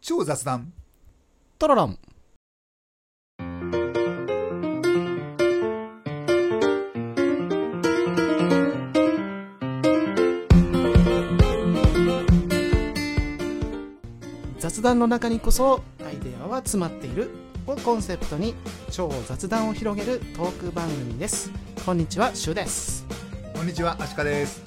超雑談トロロン。雑談の中にこそアイデアは詰まっているをコンセプトに超雑談を広げるトーク番組です。こんにちは、シュです。こんにちはアシカです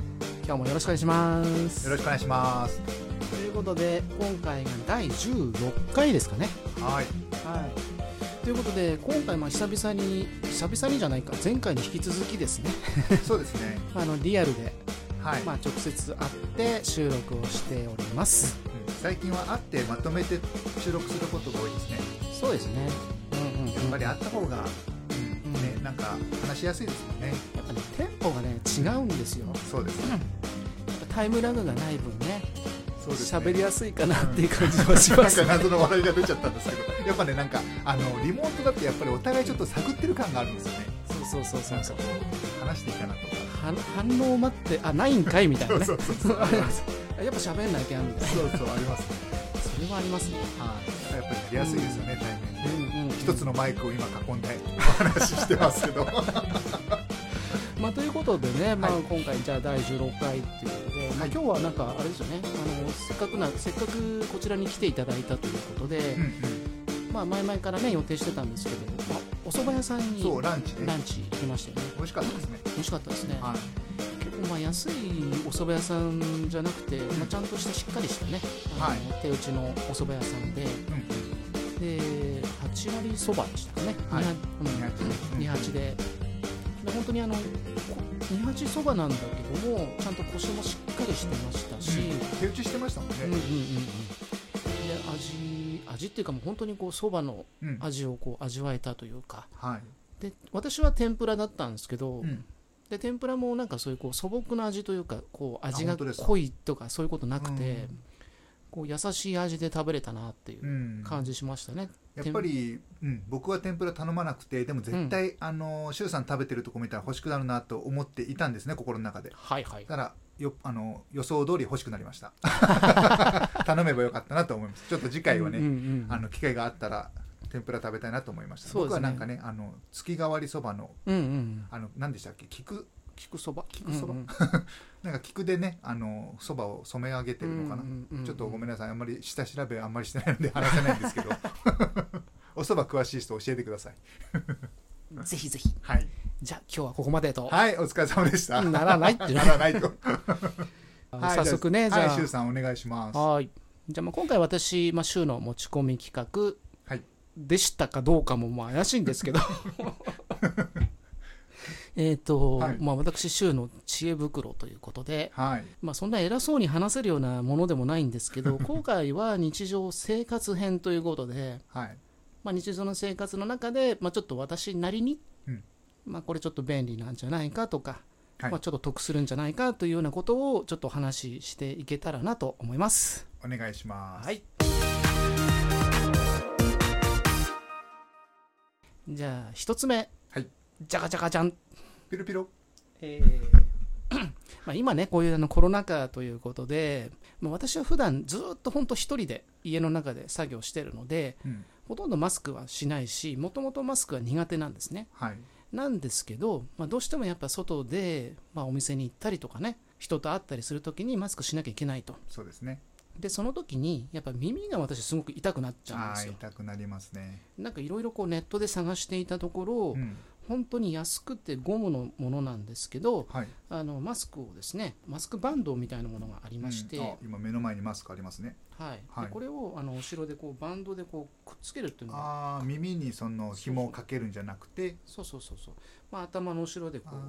今日もよろしくお願いします。よろしくお願いしますということで、今回が第16回ですかね。はいはい、ということで今回まあ久々に久々にじゃないか前回に引き続きですねそうですねあのリアルで、はい、まあ、直接会って収録をしておりますうん最近は会ってまとめて収録することが多いですねそうですね、うんうんうん、やっぱり会った方が、うんうんねなんか話しやすいですよねやっぱねテンポがね違うんですよやそうですねっぱタイムラグがない分ねそうですね喋、りやすいかなっていう感じはします、なんか謎の笑いが出ちゃったんですけどやっぱねなんかあのリモートだってやっぱりお互いちょっと探ってる感があるんですよねそうそうそうなんかそうそうこう話していいかなとかは反応を待ってあないんかいみたいなねそうそうそうあります やっぱ喋んなきゃみたいなそうそうありますねそれはありますねはいやっぱりやりやすいですよね対面でうんうんうん一つのマイクを今囲んでお話ししてますけどはまあ、ということでね、まあはい、今回じゃあ第16回っていうことで、まあ、今日はなんかあれですよねあのせっかくなせっかくこちらに来ていただいたということで、い、うんまあ、前々からね予定してたんですけど、まあ、お蕎麦屋さんうん、にそうランチでランチ行きましたよね美味しかったですね美味しかったですね、はい結構まあ安いお蕎麦屋さんじゃなくて、まあ、ちゃんとしたしっかりしたね、あの手打ちのお蕎麦屋さんでうんで8割そばでしたかね、はいにゃうん二八うん28でで本当にあのこ28そばなんだけどもちゃんとコシもしっかりしてましたし、手打ちしてましたもんねうんうんうんうんで味味っていうかもう本当にこうそばのうん、味をこう味わえたというかはい、で私は天ぷらだったんですけど、うん、で天ぷらもなんかそういうこう素朴な味というかこう味あが本当ですか濃いとかそういうことなくて、うん、こう優しい味で食べれたなっていううん感じしましたね、やっぱり、うん、僕は天ぷら頼まなくてでも絶対、あの周さん食べてるとこ見たら欲しくなるなと思っていたんですね心の中ではいはいただよあの予想通り欲しくなりま した頼めばよかったなと思いますちょっと次回はね、うんうんうんあの機会があったら天ぷら食べたいなと思いました、そう僕ですはねなんかねあの月替わりそばのうんうんあの何でしたっけ菊菊そば菊そばうんうんなんか菊でねあのそばを染め上げてるのかな、うんうんうんちょっとごめんなさいあんまり下調べあんまりしてないので話せないんですけ どおそば詳しい人教えてくださいぜひぜひはい、じゃあ今日はここまでと、はい、お疲れ様でしたならないってならないと はい早速ねじゃあ、はい、はシュい、ウさんお願いしますじゃあまあ今回私、まあ、週の持ち込み企画はいでしたかどうかもまあ怪しいんです けどえっと、はいまあ私週の知恵袋ということではいまあそんな偉そうに話せるようなものでもないんです けど今回は日常生活編ということではいまあ、日常の生活の中で、まあ、ちょっと私なりに、うんまあ、これちょっと便利なんじゃないかとか、はいまあ、ちょっと得するんじゃないかというようなことをちょっとお話ししていけたらなと思います。お願いします、はい、じゃあ一つ目、はいじゃかじゃかじゃん、ピロピロえー まあ今ねこういうあのコロナ禍ということで、まあ、私は普段ずっと本当一人で家の中で作業してるので、うんほとんどマスクはしないしもともとマスクは苦手なんですねはいなんですけど、まあ、どうしてもやっぱ外で、まあ、お店に行ったりとかね人と会ったりするときにマスクしなきゃいけないとそうですねでその時にやっぱ耳が私すごく痛くなっちゃうんあであすーよ痛くなりますねなんかいろいろこうネットで探していたところ、うん本当に安くてゴムのものなんですけどはいあのマスクをですねマスクバンドみたいなものがありまして、うんあ今目の前にマスクありますねはいはいでこれをあの後ろでこうバンドでこうくっつけるっていうのがああ耳にその紐をかけるんじゃなくてそうそうそうそう、まあ、頭の後ろでこう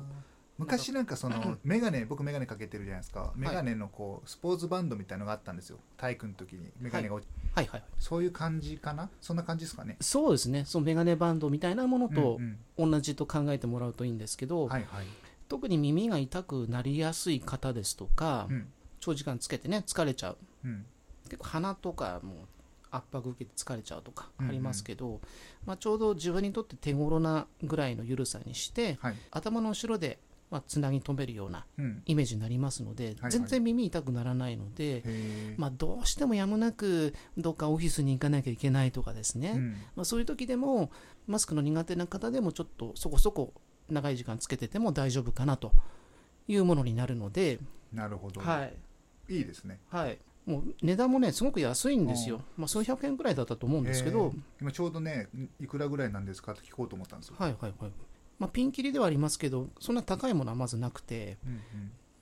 昔なんかそのメガネ僕メガネかけてるじゃないですかメガネのこうスポーツバンドみたいのがあったんですよ体育の時にメガネが落ち、はいはいそういう感じかなそんな感じですかねそうですねそのメガネバンドみたいなものとうんうん同じと考えてもらうといいんですけど、はいはい、特に耳が痛くなりやすい方ですとか、うん長時間つけてね疲れちゃううん、結構鼻とかも圧迫受けて疲れちゃうとかうんうんありますけど、まあ、ちょうど自分にとって手頃なぐらいの緩さにしてはい頭の後ろでまあ、つなぎ止めるようなうんイメージになりますので、はい全然耳痛くならないので、へえまあ、どうしてもやむなくどっかオフィスに行かなきゃいけないとかですね、うんまあ、そういう時でもマスクの苦手な方でもちょっとそこそこ長い時間つけてても大丈夫かなというものになるので、なるほど、はいいいですねはい、もう値段もねすごく安いんですよ、まあ、数百円くらいだったと思うんですけど、今ちょうどねいくらぐらいなんですかって聞こうと思ったんですよ、はいはいはいまあ、ピンキリではありますけどそんな高いものはまずなくて、うん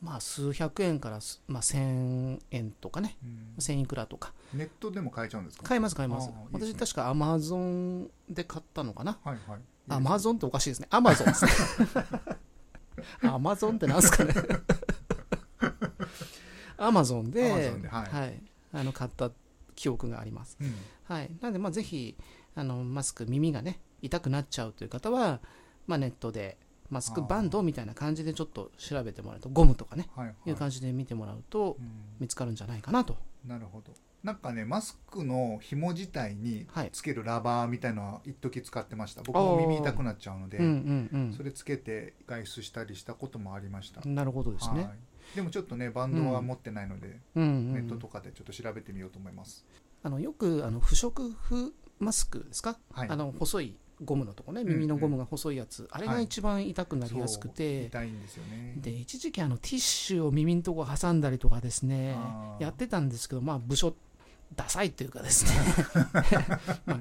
まあ、数百円からす、まあ、1000円とかねうんうん1000いくらとかネットでも買えちゃうんですか買えます買えますああいいですね私確かアマゾンで買ったのかなはいはいアマゾンっておかしいですね。アマゾンですね。アマゾンってなんですかね。アマゾンで、 Amazon ではいあの買った記憶があります。ン、うんはい。なんで、まあ、ぜひ、あの、マスク、耳がね、痛くなっちゃうという方は、まあ、ネットで、マスクバンドみたいな感じでちょっと調べてもらうと、ゴムとかね、はいはいいう感じで見てもらうとう、ん見つかるんじゃないかなと。なるほどなんかねマスクの紐自体にはいつけるラバーみたいのは一時使ってました僕も耳痛くなっちゃうので、うんうんそれつけて外出したりしたこともありました、うん。なるほどですねは。いでもちょっとねバンドは持ってないので、うんうんネットとかでちょっと調べてみようと思います、あのよくあの不織布マスクですか、はいあの細いゴムのとこねんうん耳のゴムが細いやつ、あれが一番痛くなりやすくて、痛いんですよねで一時期あのティッシュを耳のとこ挟んだりとかですねあーやってたんですけどまあ部署ダサいという かですねまあ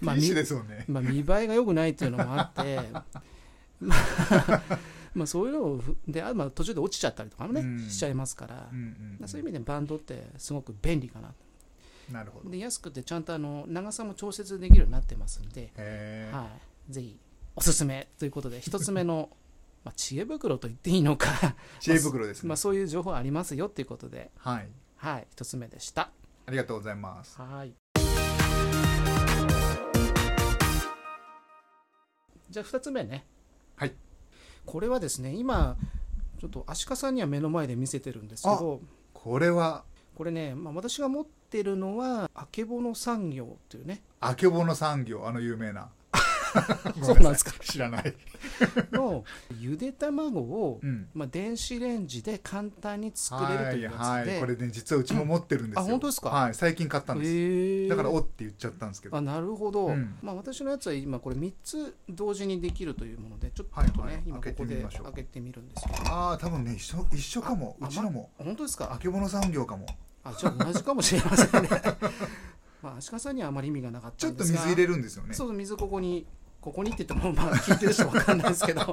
まあティッシュみですよ ねまあ、見栄えが良くないっていうのもあって、まあ、まあそういうのをふで、あまあ、途中で落ちちゃったりとかもね、うんしちゃいますから、うんうんうまあんそういう意味でバンドってすごく便利かななるほどで安くてちゃんとあの長さも調節できるようになってますんで、へえ、はい、ぜひおすすめということで一つ目の まあ知恵袋と言っていいのか、知恵袋ですね、まあ、そういう情報ありますよということで、はいはい、一つ目でした。ありがとうございますはいじゃあ二つ目ねはいこれはですね今ちょっとアシカさんには目の前で見せてるんですけどこれはこれね、まあ、私が持ってるのはあけぼの産業っ ていうねあけぼの産業あの有名なそうなんですか知らない、のゆで卵を、うん、まあ、電子レンジで簡単に作れるというやつで、はいはいこれね実はうちも持ってるんですよ、あ本当ですかはい最近買ったんです、へーだからおって言っちゃったんですけどあなるほど、うんまあ、私のやつは今これ3つ同時にできるというものでちょっとはいね、はい今こ開けこてみでましょう開けてみるんですけどああ多分ね一緒一緒かもあうちのも本当ですあかけぼの産業かもあじゃあ同じかもしれませんね まあ足利さんにはあまり意味がなかっちたょっんでとす水が入れるんですよねそう水ここにここにって言ってもまあ聞いてる人分かんないです けど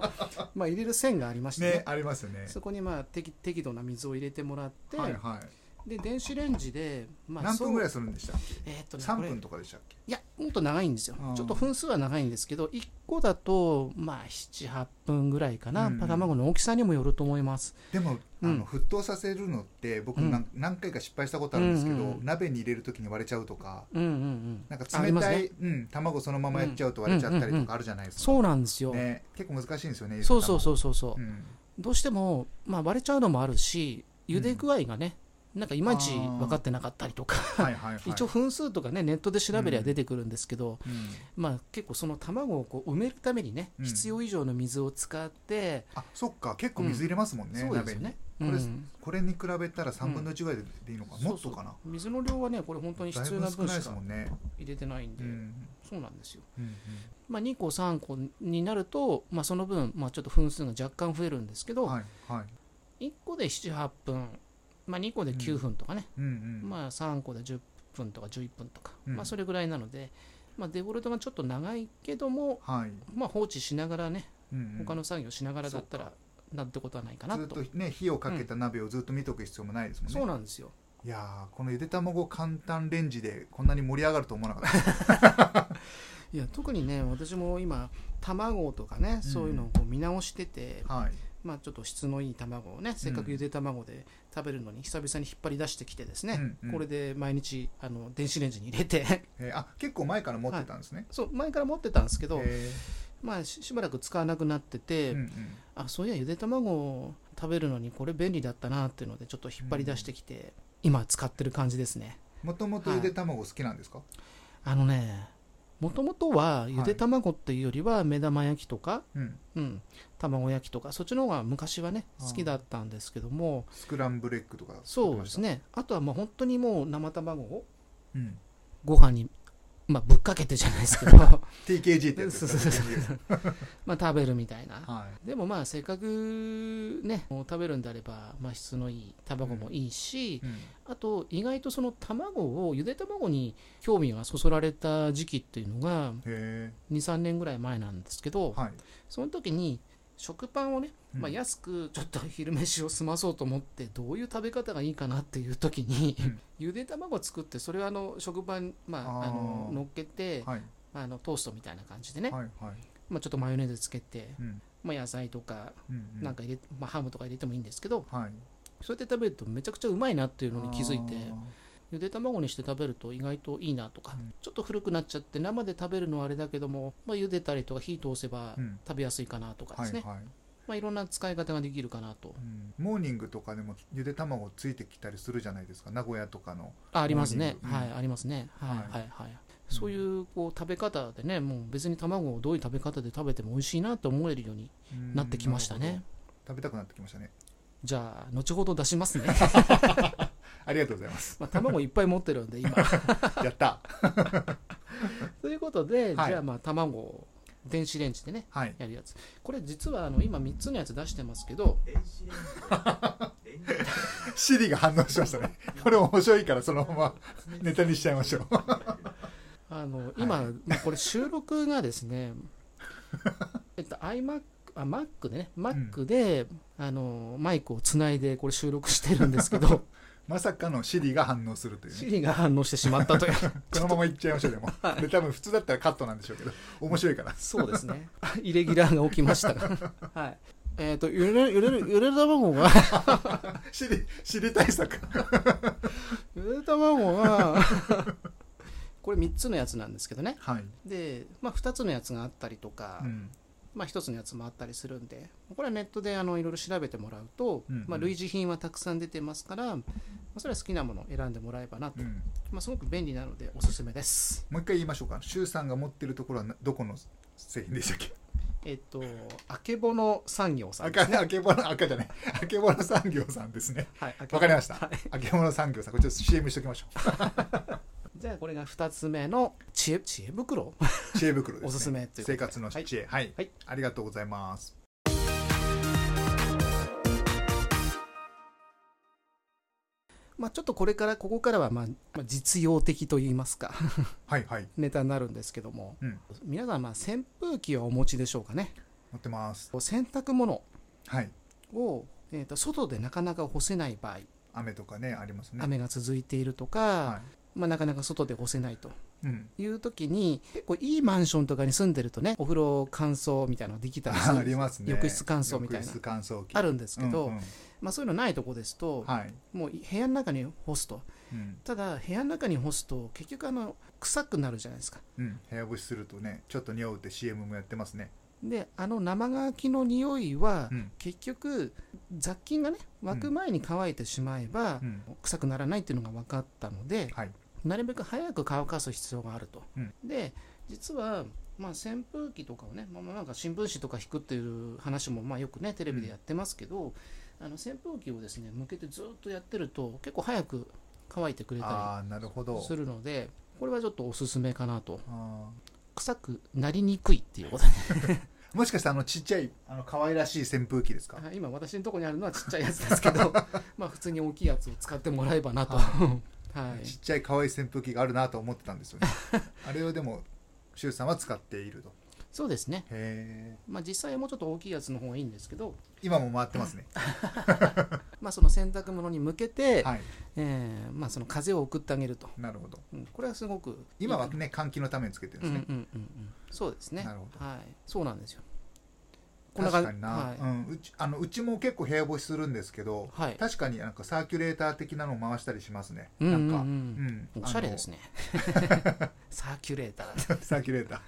まあ入れる線がありましてねねありますよねそこにまあ適適度な水を入れてもらって、はいはいで電子レンジで、まあ、何分ぐらいいするんでしたっけえーっとね3これ分とかでしたっけいやもっと長いんですようんちょっと分数は長いんですけど1個だとまあ78分ぐらいかな、うんうん卵の大きさにもよると思いますでも、うんあの沸騰させるのって僕うん何,、何回か失敗したことあるんですけど、うんうんうん鍋に入れるときに割れちゃうとかうんうんうんなんかあ冷りますたい、ねうん、卵そのままやっちゃうと割れちゃったりとかあるじゃないですか、そうなんですよ、ね、結構難しいんですよねそうそうう、そうそうそう、うん、どうしても、まあ、割れちゃうのもあるし茹で具合がね、なんかいまいち分かってなかったりとか、はいはいはい一応分数とかねネットで調べりゃ出てくるんですけど、うんまあ結構その卵をこう埋めるためにね、うん必要以上の水を使って、あそっか結構水入れますもんね、そうです鍋よにね、鍋にうんこれに比べたら3分の1ぐらいでいいのか、もっとかなそうそう水の量はねこれ本当にだい必要ぶな少分ないしですかもんね、入れてないんうで、んそうなんですよ、うんうんまあ、2個3個になると、まあ、その分、まあ、ちょっと分数が若干増えるんですけど、はいはい1個で78分、まあ、2個で9分とかね、うんうん、まあ、3個で10分とか11分とか、うんまあ、それぐらいなので、まあ、デフォルトがちょっと長いけども、はい、まあ、放置しながらねうんうん、他の作業しながらだったら、なんてことはないかなずとっとね火をかけた鍋をずっと見とく必要もないですもんね、そうなんですよいやーこのゆで卵簡単レンジでこんなに盛り上がると思わなかったいや特にね私も今卵とかね、うんそういうのをこう見直してて、 はいまあ、ちょっと質のいい卵をねせっかくゆで卵で食べるのに久々に引っ張り出してきてですね、うんうんこれで毎日あの電子レンジに入れて えーあ結構前から持ってたんですね、そう前から持ってたんですけど、えまあ、ししばらく使わなくなってて、ーうんうんあそういやゆで卵を食べるのにこれ便利だったなっていうのでちょっと引っ張り出してきて、今使ってる感じですねもともとゆで卵好きなんですか、あのねもともとはゆで卵っていうよりは目玉焼きとか、うん、うん、卵焼きとかそっちの方が昔はねあー好きだったんですけどもスクランブルエッグとかそうですね、ねあとはもう本当にもう生卵をうん、ご飯に、まあ、ぶっかけてじゃないです けどま TKG ってやつですねそうあ食べるみたいなはいでもまあせっかくねもう食べるんであれば、まあ、質のいい卵もいいし、うんあと意外とその卵をゆで卵に興味がそそられた時期っていうのがへ23年ぐらい前なんですけど、えはいその時に食パンをね、うんまあ、安くちょっと昼飯を済まそうと思ってどういう食べ方がいいかなっていう時に、うんゆで卵作ってそれはあの食パン、まあ、あーあの乗っけてはいあのトーストみたいな感じでね、はいはいまあ、ちょっとマヨネーズつけて、うんまあ、野菜とかうんうんなんか入れ、まあ、ハムとか入れてもいいんですけどはいそうやって食べるとめちゃくちゃうまいなっていうのに気づいてあゆで卵にして食べると意外といいなとか、うんちょっと古くなっちゃって生で食べるのはあれだけども、まあ、茹でたりとか火通せばーうん食べやすいかなとかですね、はいはいまあ、いろんな使い方ができるかなとうんモーニングとかでもゆで卵ついてきたりするじゃないですか名古屋とかのあありますね、モーニングはういありますねはいはいはいはい、そういうこう食べ方でねもう別に卵をどういう食べ方で食べても美味しいなと思えるようにうんなってきましたなるねほど食べたくなってきましたねじゃあ後ほど出します ねありがとうございます まあ卵いっぱい持ってるんで今 やったということで、はいじゃあまあ卵を電子レンジでねはいやるやつこれ実はあの今3つのやつ出してますけどシリが反応しましたねこれ面白いからそのままネタにしちゃいましょうあの今、まあこれ収録がで すねえっと iMac あ Mac でね Mac で、あのマイクをつないでこれ収録してるんですけどまさかのシリが反応するというシねリが反応してしまった というこのままいっちゃいましょうでもで多分普通だったらカットなんでしょうけど面白いからそうですねイレギュラーが起きましたが はいえっ、と揺れる揺れる揺れる卵がシリシリ対策揺れる卵がこれ3つのやつなんですけどねはい、で、まあ、2つのやつがあったりとか、うん、まあ、1つのやつもあったりするんでこれはネットであのいろいろ調べてもらうと、うんうんまあ、類似品はたくさん出てますから、まあ、それは好きなものを選んでもらえばなと、うんまあ、すごく便利なのでおすすめですもう一回言いましょうかシュウさんが持ってるところはなどこの製品でしたっけえっとあけぼの産業さんです赤ねあけぼの赤じゃないあけぼの産業さんですねはいあけぼのわかりました、はいあけぼの産業さんこれちょっと CM しときましょじゃあこれが2つ目の知恵知恵袋う知恵袋です、ね、おすすめということで生活の知恵はい、はいありがとうございますまあちょっとこれからここからはまあまあ実用的といいますか はいはいネタになるんですけどもうん皆さんまあ扇風機はお持ちでしょうかね持ってますこう洗濯物はいを、えっと外でなかなか干せない場合雨とかねありますね雨が続いているとか、はまあ、なかなか外で干せないとい、うん、いう時に結構いいマンションとかに住んでるとねお風呂乾燥みたいなのできたり すあありるますね浴室乾燥みたいな浴室乾燥機あるんでるんですけど、うんうんまあ、そういうのないとこですと、はい、もう部屋の中に干すとうんただ部屋の中に干すと結局あの臭くなるじゃないですかうん、部屋干しするとねちょっと匂うって CM もやってますねであの生乾きの匂いは、うん結局雑菌がね湧く前に乾いてしまえば、うん臭くならないっていうのが分かったので、はいなるべく早く乾かす必要があると、うんで実は、まあ、扇風機とかをね、まあまあ、なんか新聞紙とか引くっていう話も、まあ、よくねテレビでやってますけど、あの扇風機をですね向けてずっとやってると結構早く乾いてくれたああなるほりどするのでこれはちょっとおすすめかなとあ臭くなりにくいっていうことでーもしかしてあのちっちゃいあの可愛らしい扇風機ですか 今私のとこにあるのはちっちゃいやつですけ どまあ普通に大きいやつを使ってもらえばなと。はいちっちゃい可愛い扇風機があるなと思ってたんです よねあれをでも周さんは使っているとそうですね、へえまあ、実際はもうちょっと大きいやつの方がいいんですけど、今も回ってますねまあ、その洗濯物に向けて、はいえーまあ、その風を送ってあげると、なるほどうんこれはすごく今はねね換気のためにつけてるんうでんすうんうね、んうん、そうですねなるほどはい、そうなんですよ確かにな、はいうん、うちあのうちも結構部屋干しするんですけど、はい確かになんかサーキュレーター的なのを回したりしますね、うんうんうんなんか、うん、おしゃれですね サーキュレーターあのサーキュレーター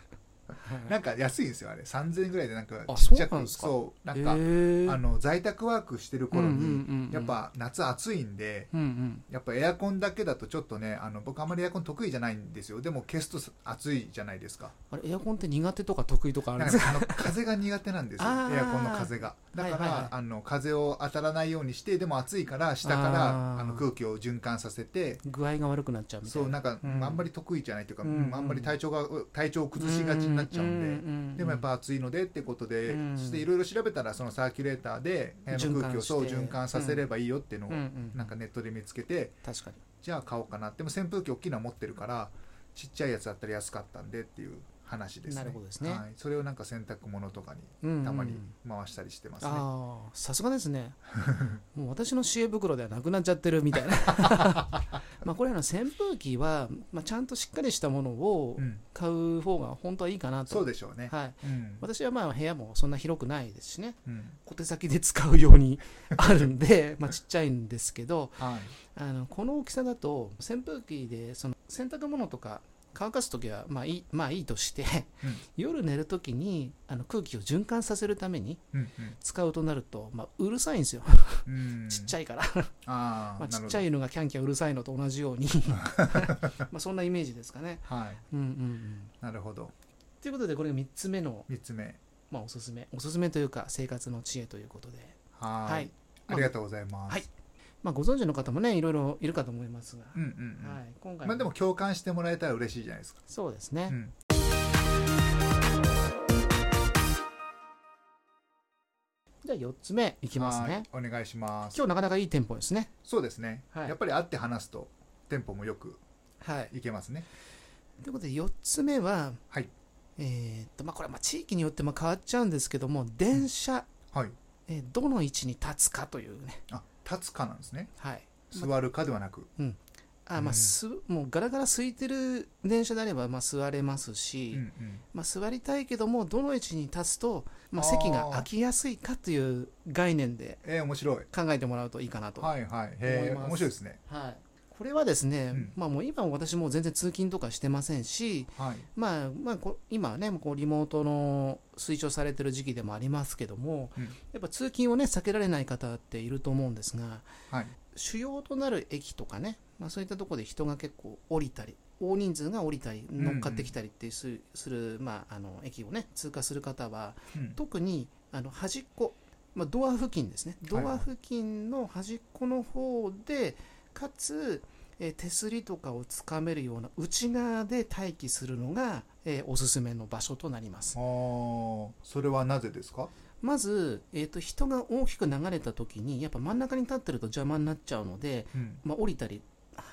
なんか安いんですよあれ3000円ぐらいでなんかあちっちゃそうなんくですかそうなんか、えあの在宅ワークしてる頃に、うんうんうんうんやっぱ夏暑いんでうんうんやっぱエアコンだけだとちょっとねあの僕あんまりエアコン得意じゃないんですよでも消すと暑いじゃないですかあれエアコンって苦手とか得意とかあるんなでんすかかあの風が苦手なんですよ あーエアコンの風がだから、はいはいはいあの風を当たらないようにしてでも暑いから下からあーあの空気を循環させて具合が悪くなっちゃうみたいそなうなんか、うんあんまり得意じゃないというか、うんうんあんまり体調が体調を崩しがちになっちゃうんで、んでもやっぱ暑いのでってことで、うんしていろいろ調べたらそのサーキュレーターで部屋の空気をそう循環して循環させればいいよっていうのをうんうんなんかネットで見つけて確かにじゃあ買おうかなでも扇風機大きいのは持ってるからちっちゃいやつだったら安かったんでっていう話ですねなるほどですねはい、それをなんか洗濯物とかにうんうんたまに回したりしてますね、ああさすがで すねもう私の知恵袋ではなくなっちゃってるみたいなまあこれらの扇風機は、まあ、ちゃんとしっかりしたものをうん、買う方が本当はいいかなとそうでしょうね、はい、うん私はまあ部屋もそんな広くないですしねうん小手先で使うよ うにあるんでまあちっちゃいんですけどはいあのこの大きさだと扇風機でその洗濯物とか乾かす時はまあいい,、まあ、いいとして、うん夜寝る時にあの空気を循環させるためにうん使うとなると、まあ、うるさいんですよ、うんうん、ちっちゃいから、あーまあ、なちるっほちゃどい犬がキャンキャンうるさいのと同じよ うにまあそんなイメージですかね。はいうんうんうん、なるほどということでこれが3つ目の、 3つ目まあ、おすすめおすすめというか生活の知恵ということで、ははいいあまありがとうございます、はいまあ、ご存知の方もねいろいろいるかと思いますが、うんうんうんはい、今回まあでも共感してもらえたら嬉しいじゃないですか、そうですね、うんじゃあ4つ目いきますねはいお願いします今日なかなかいいテンポですねそうですね、はいやっぱり会って話すとテンポもよくはいいけますねということで4つ目は、はいえーっとまあ、これはまあ地域によっても変わっちゃうんですけども電車、はいえーどの位置に立つかというね、あ立つかなんですねはい、座るかではなく、あまうあんすもうガラガラ空いてる電車であればまあ座れますし、うんまあ、座りたいけどもどの位置に立つと、まあ、あー席が空きやすいかという概念でうん、えー、面白い考えてもらうといいかなと、はいはいへえ思います面白いですねはいこれはですね、うんまあ、もう今は私もう全然通勤とかしてませんし、はいまあまあ、こ今はねこうリモートの推奨されてる時期でもありますけども、うんやっぱ通勤をね避けられない方っていると思うんですがはい主要となる駅とかね、まあ、そういったところで人が結構降りたり大人数が降りたり乗っかってきたりってす,、する、まあ、あの駅をね通過する方はうん特にあの端っこ、まあ、ドア付近ですねドア付近の端っこの方でかつ、えー手すりとかをつかめるような内側で待機するのが、えーおすすめの場所となりますあーそれはなぜですかまず、えー、と人が大きく流れた時にやっぱ真ん中に立ってると邪魔になっちゃうので、うんまあ、降りたり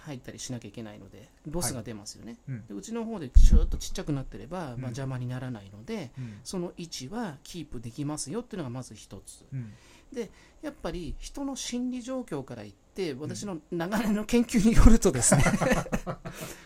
入ったりしなきゃいけないのでロスが出ますよね、うんでうちの方でシューッとちっちゃくなってれば、まあうん、邪魔にならないのでうんその位置はキープできますよっていうのがまず一つうんやっぱり人の心理状況から言って私の長年の研究によるとです ね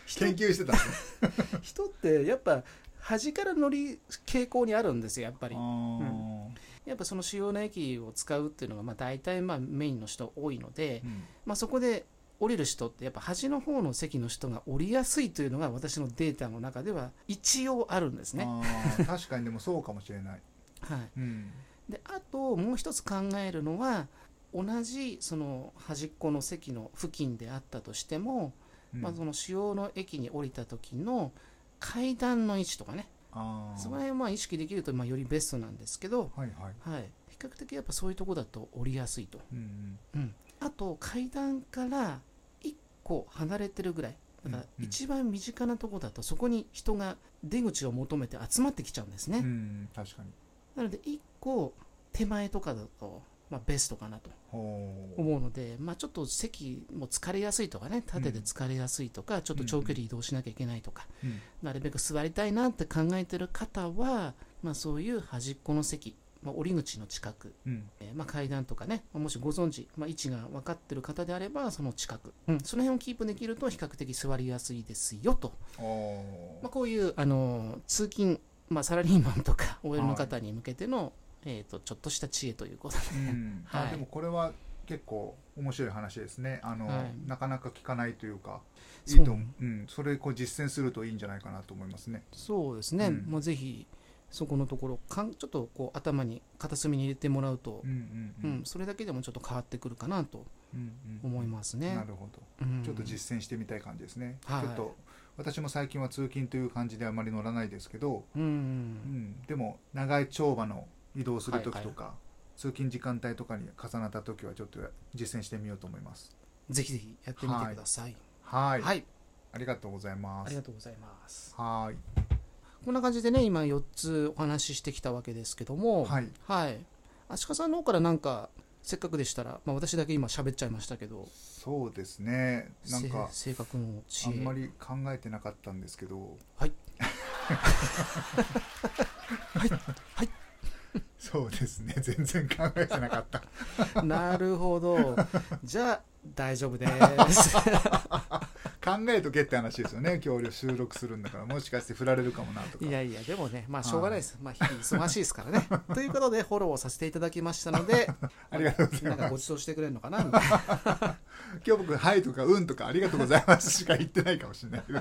人研究してたんですね人ってやっぱ端から乗り傾向にあるんですよやっぱありーやっぱその主要な駅を使うっていうのがまあ大体まあメインの人多いので、うんまあ、そこで降りる人ってやっぱ端の方の席の人が降りやすいというのが私のデータの中では一応あるんですね。あー確かにでもそうかもしれない、はいうん、であともう一つ考えるのは同じその端っこの席の付近であったとしても、うんまあ、その主要の駅に降りた時の階段の位置とかねあーそこら辺は意識できるとまあよりベストなんですけど、はいはいはい、比較的やっぱそういうとこだと降りやすいと、うんうんうん、あと階段から1個離れてるぐらいだからうんうん一番身近なとこだとそこに人が出口を求めて集まってきちゃうんですね、うん確かになので1個手前とかだと、まあ、ベストかなとほう思うので、まあ、ちょっと席も疲れやすいとかね縦で疲れやすいとか、ちょっと長距離移動しなきゃいけないとか、うんなるべく座りたいなって考えてる方は、まあ、そういう端っこの席、まあ、降り口の近く、うんえーまあ、階段とかねまあもしご存知、まあ、位置が分かってる方であればその近く、うん、その辺をキープできると比較的座りやすいですよと、おーまあ、こういう、あのー通勤、まあ、サラリーマンとか OL の方に向けての、えー、とちょっとした知恵ということでうんはいあでもこれは結構面白い話ですねあの、はいなかなか聞かないというかいそういと思う、うん、それこう実践するといいんじゃないかなと思いますねそうですね、うんもうぜひそこのところかんちょっとこう頭に片隅に入れてもらうとう、んううんんそれだけでもちょっと変わってくるかなとうんうん思いますなね。るほどうんちょっと実践してみたい感じですね、はいちょっと私も最近は通勤という感じであまり乗らないですけど、うんうん、でも長い長場の移動する時とか、通勤時間帯とかに重なった時はちょっと実践してみようと思いますぜひぜひやってみてください。ははいい、ありがとうございまありすがとうございます。はーいこんな感じでね、今4つお話ししてきたわけですけども、。はいい足利さんの方からなんか、せっかくでしたら、まあ、私だけ今喋っちゃいましたけど、そうですねなんかせ性格の知あ恵。んまり 考えてなかったんですけど はいはいそうですね全然考えてなかったなるほど。じゃあ、大丈 夫です。考えとけって話ですよね今日収録するんだからもしかして振られるかもなとかいやいや、でもね、まあ、しょうがないです。まあ、日々忙しいですか らね。ということで、フォローをさせていただきましたので、ありがとうござないんかまごす馳走してくれるのかなみたいな。今日僕「はい」とか「うん」とか「ありがとうございます」しか言ってないかもしれないけど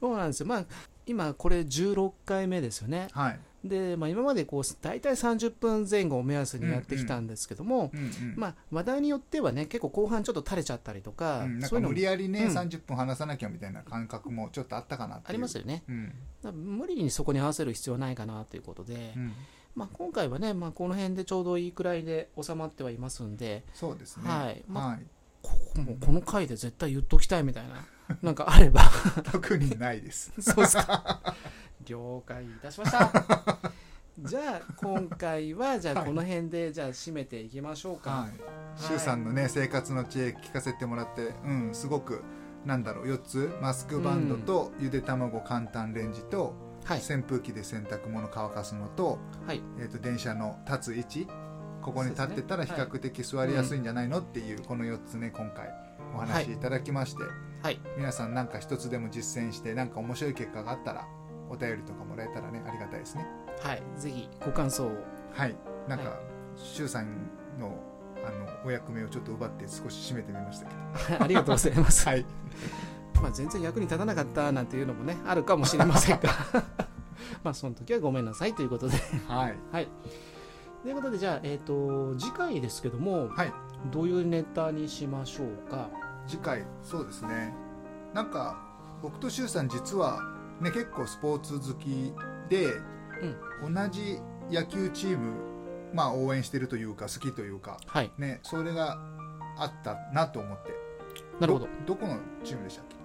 そうなんですよ。まあ、今、これ16回目ですよね。はい、で、まあ、今までこう大体30分前後を目安にやってきたんですけども、うんうんまあ、話題によってはね結構後半ちょっと垂れちゃったりとか,、うんなんそかういうの無も理やりね、うん30分話さなきゃみたいな感覚もちょっとあったかなっていうありますよねうんだから無理にそこに合わせる必要はないかなということで、うんまあ、今回はね、まあ、この辺でちょうどいいくらいで収まってはいますんでそうですねはいまはいここもうこの回で絶対言っときたいみたいな なんかあれば 特にないですそうですか了解いたしました じゃあ今回はじゃあこの辺でじゃあ締めていきましょうか、はい、周さんのね生活の知恵聞かせてもらって、うん、すごくなんだろう4つマスクバンドとゆで卵簡単レンジと、はい扇風機で洗濯物乾かすのと,、はいえー、と電車の立つ位置ここに立ってたら比そうです較ね的座りやすいんじゃないのっていうこの4つね今回お話いただきまして、はい皆さんなんか一つでも実践してなんか面白い結果があったらお便りとかもらえたらねありがたいですね。はい、ぜひご感想をはい、なんか、は周さんのあのお役目をちょっと奪って少し締めてみましたけど、 ありがとうございます、はい、まあ、全然役に立たなかったなんていうのもねあるかもしれませんが まあその時はごめんなさいということで はい、はいということでじゃあ、えー、と次回ですけどもはい、どういうネタにしましょうか次回そうですね。なんか僕と周さん実はね結構スポーツ好きで、同じ野球チームまあ応援してるというか好きというかはいねそれがあったなと思って。なるほどどこのチームでしたっけ？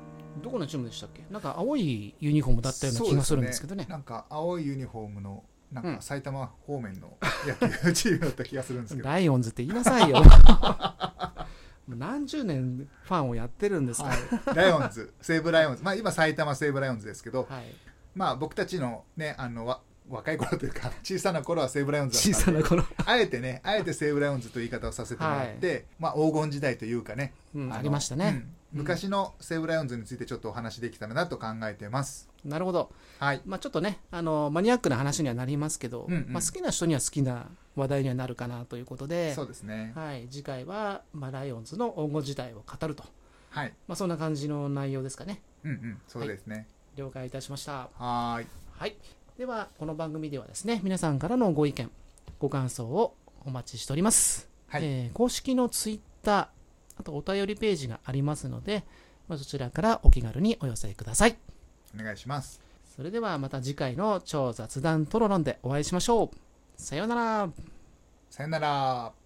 どこのチームでしたっけなんか青いユニフォームだったような気がするんですけどねそうなんか青いユニフォームのなんうかん埼玉方面の野球チームだった気がするんですけど、ライオンズって言いなさいよ もう何十年ファンをやってるんですから、はい、ライオンズ西武ライオンズまあ今埼玉西武ライオンズですけど、はい、まあ僕たちのねあのわ若い頃というか 小さな頃は西武ライオンズ小だっさな頃、たあえてねあえて西武ライオンズという言い方をさせてもらって、まあ黄金時代というかね、うん、のありましたね、うん昔の西武ライオンズについてちょっとお話できたらなと考えてますなるほどはいまあ、ちょっとねあのマニアックな話にはなりますけど、うんうんまあ、好きな人には好きな話題にはなるかなということでそうですねはい、次回は、まあ、ライオンズの黄金時代を語ると、はいまあ、そんな感じの内容ですかねうんうんそうですね了解いたしました、はーいはい、ではこの番組ではですね皆さんからのご意見ご感想をお待ちしております、はいえー公式のツイッターあとお便りページがありますので、まあ、そちらからお気軽にお寄せくださいお願いしますそれではまた次回の超雑談トロロンでお会いしましょう。さようなら。さよなら。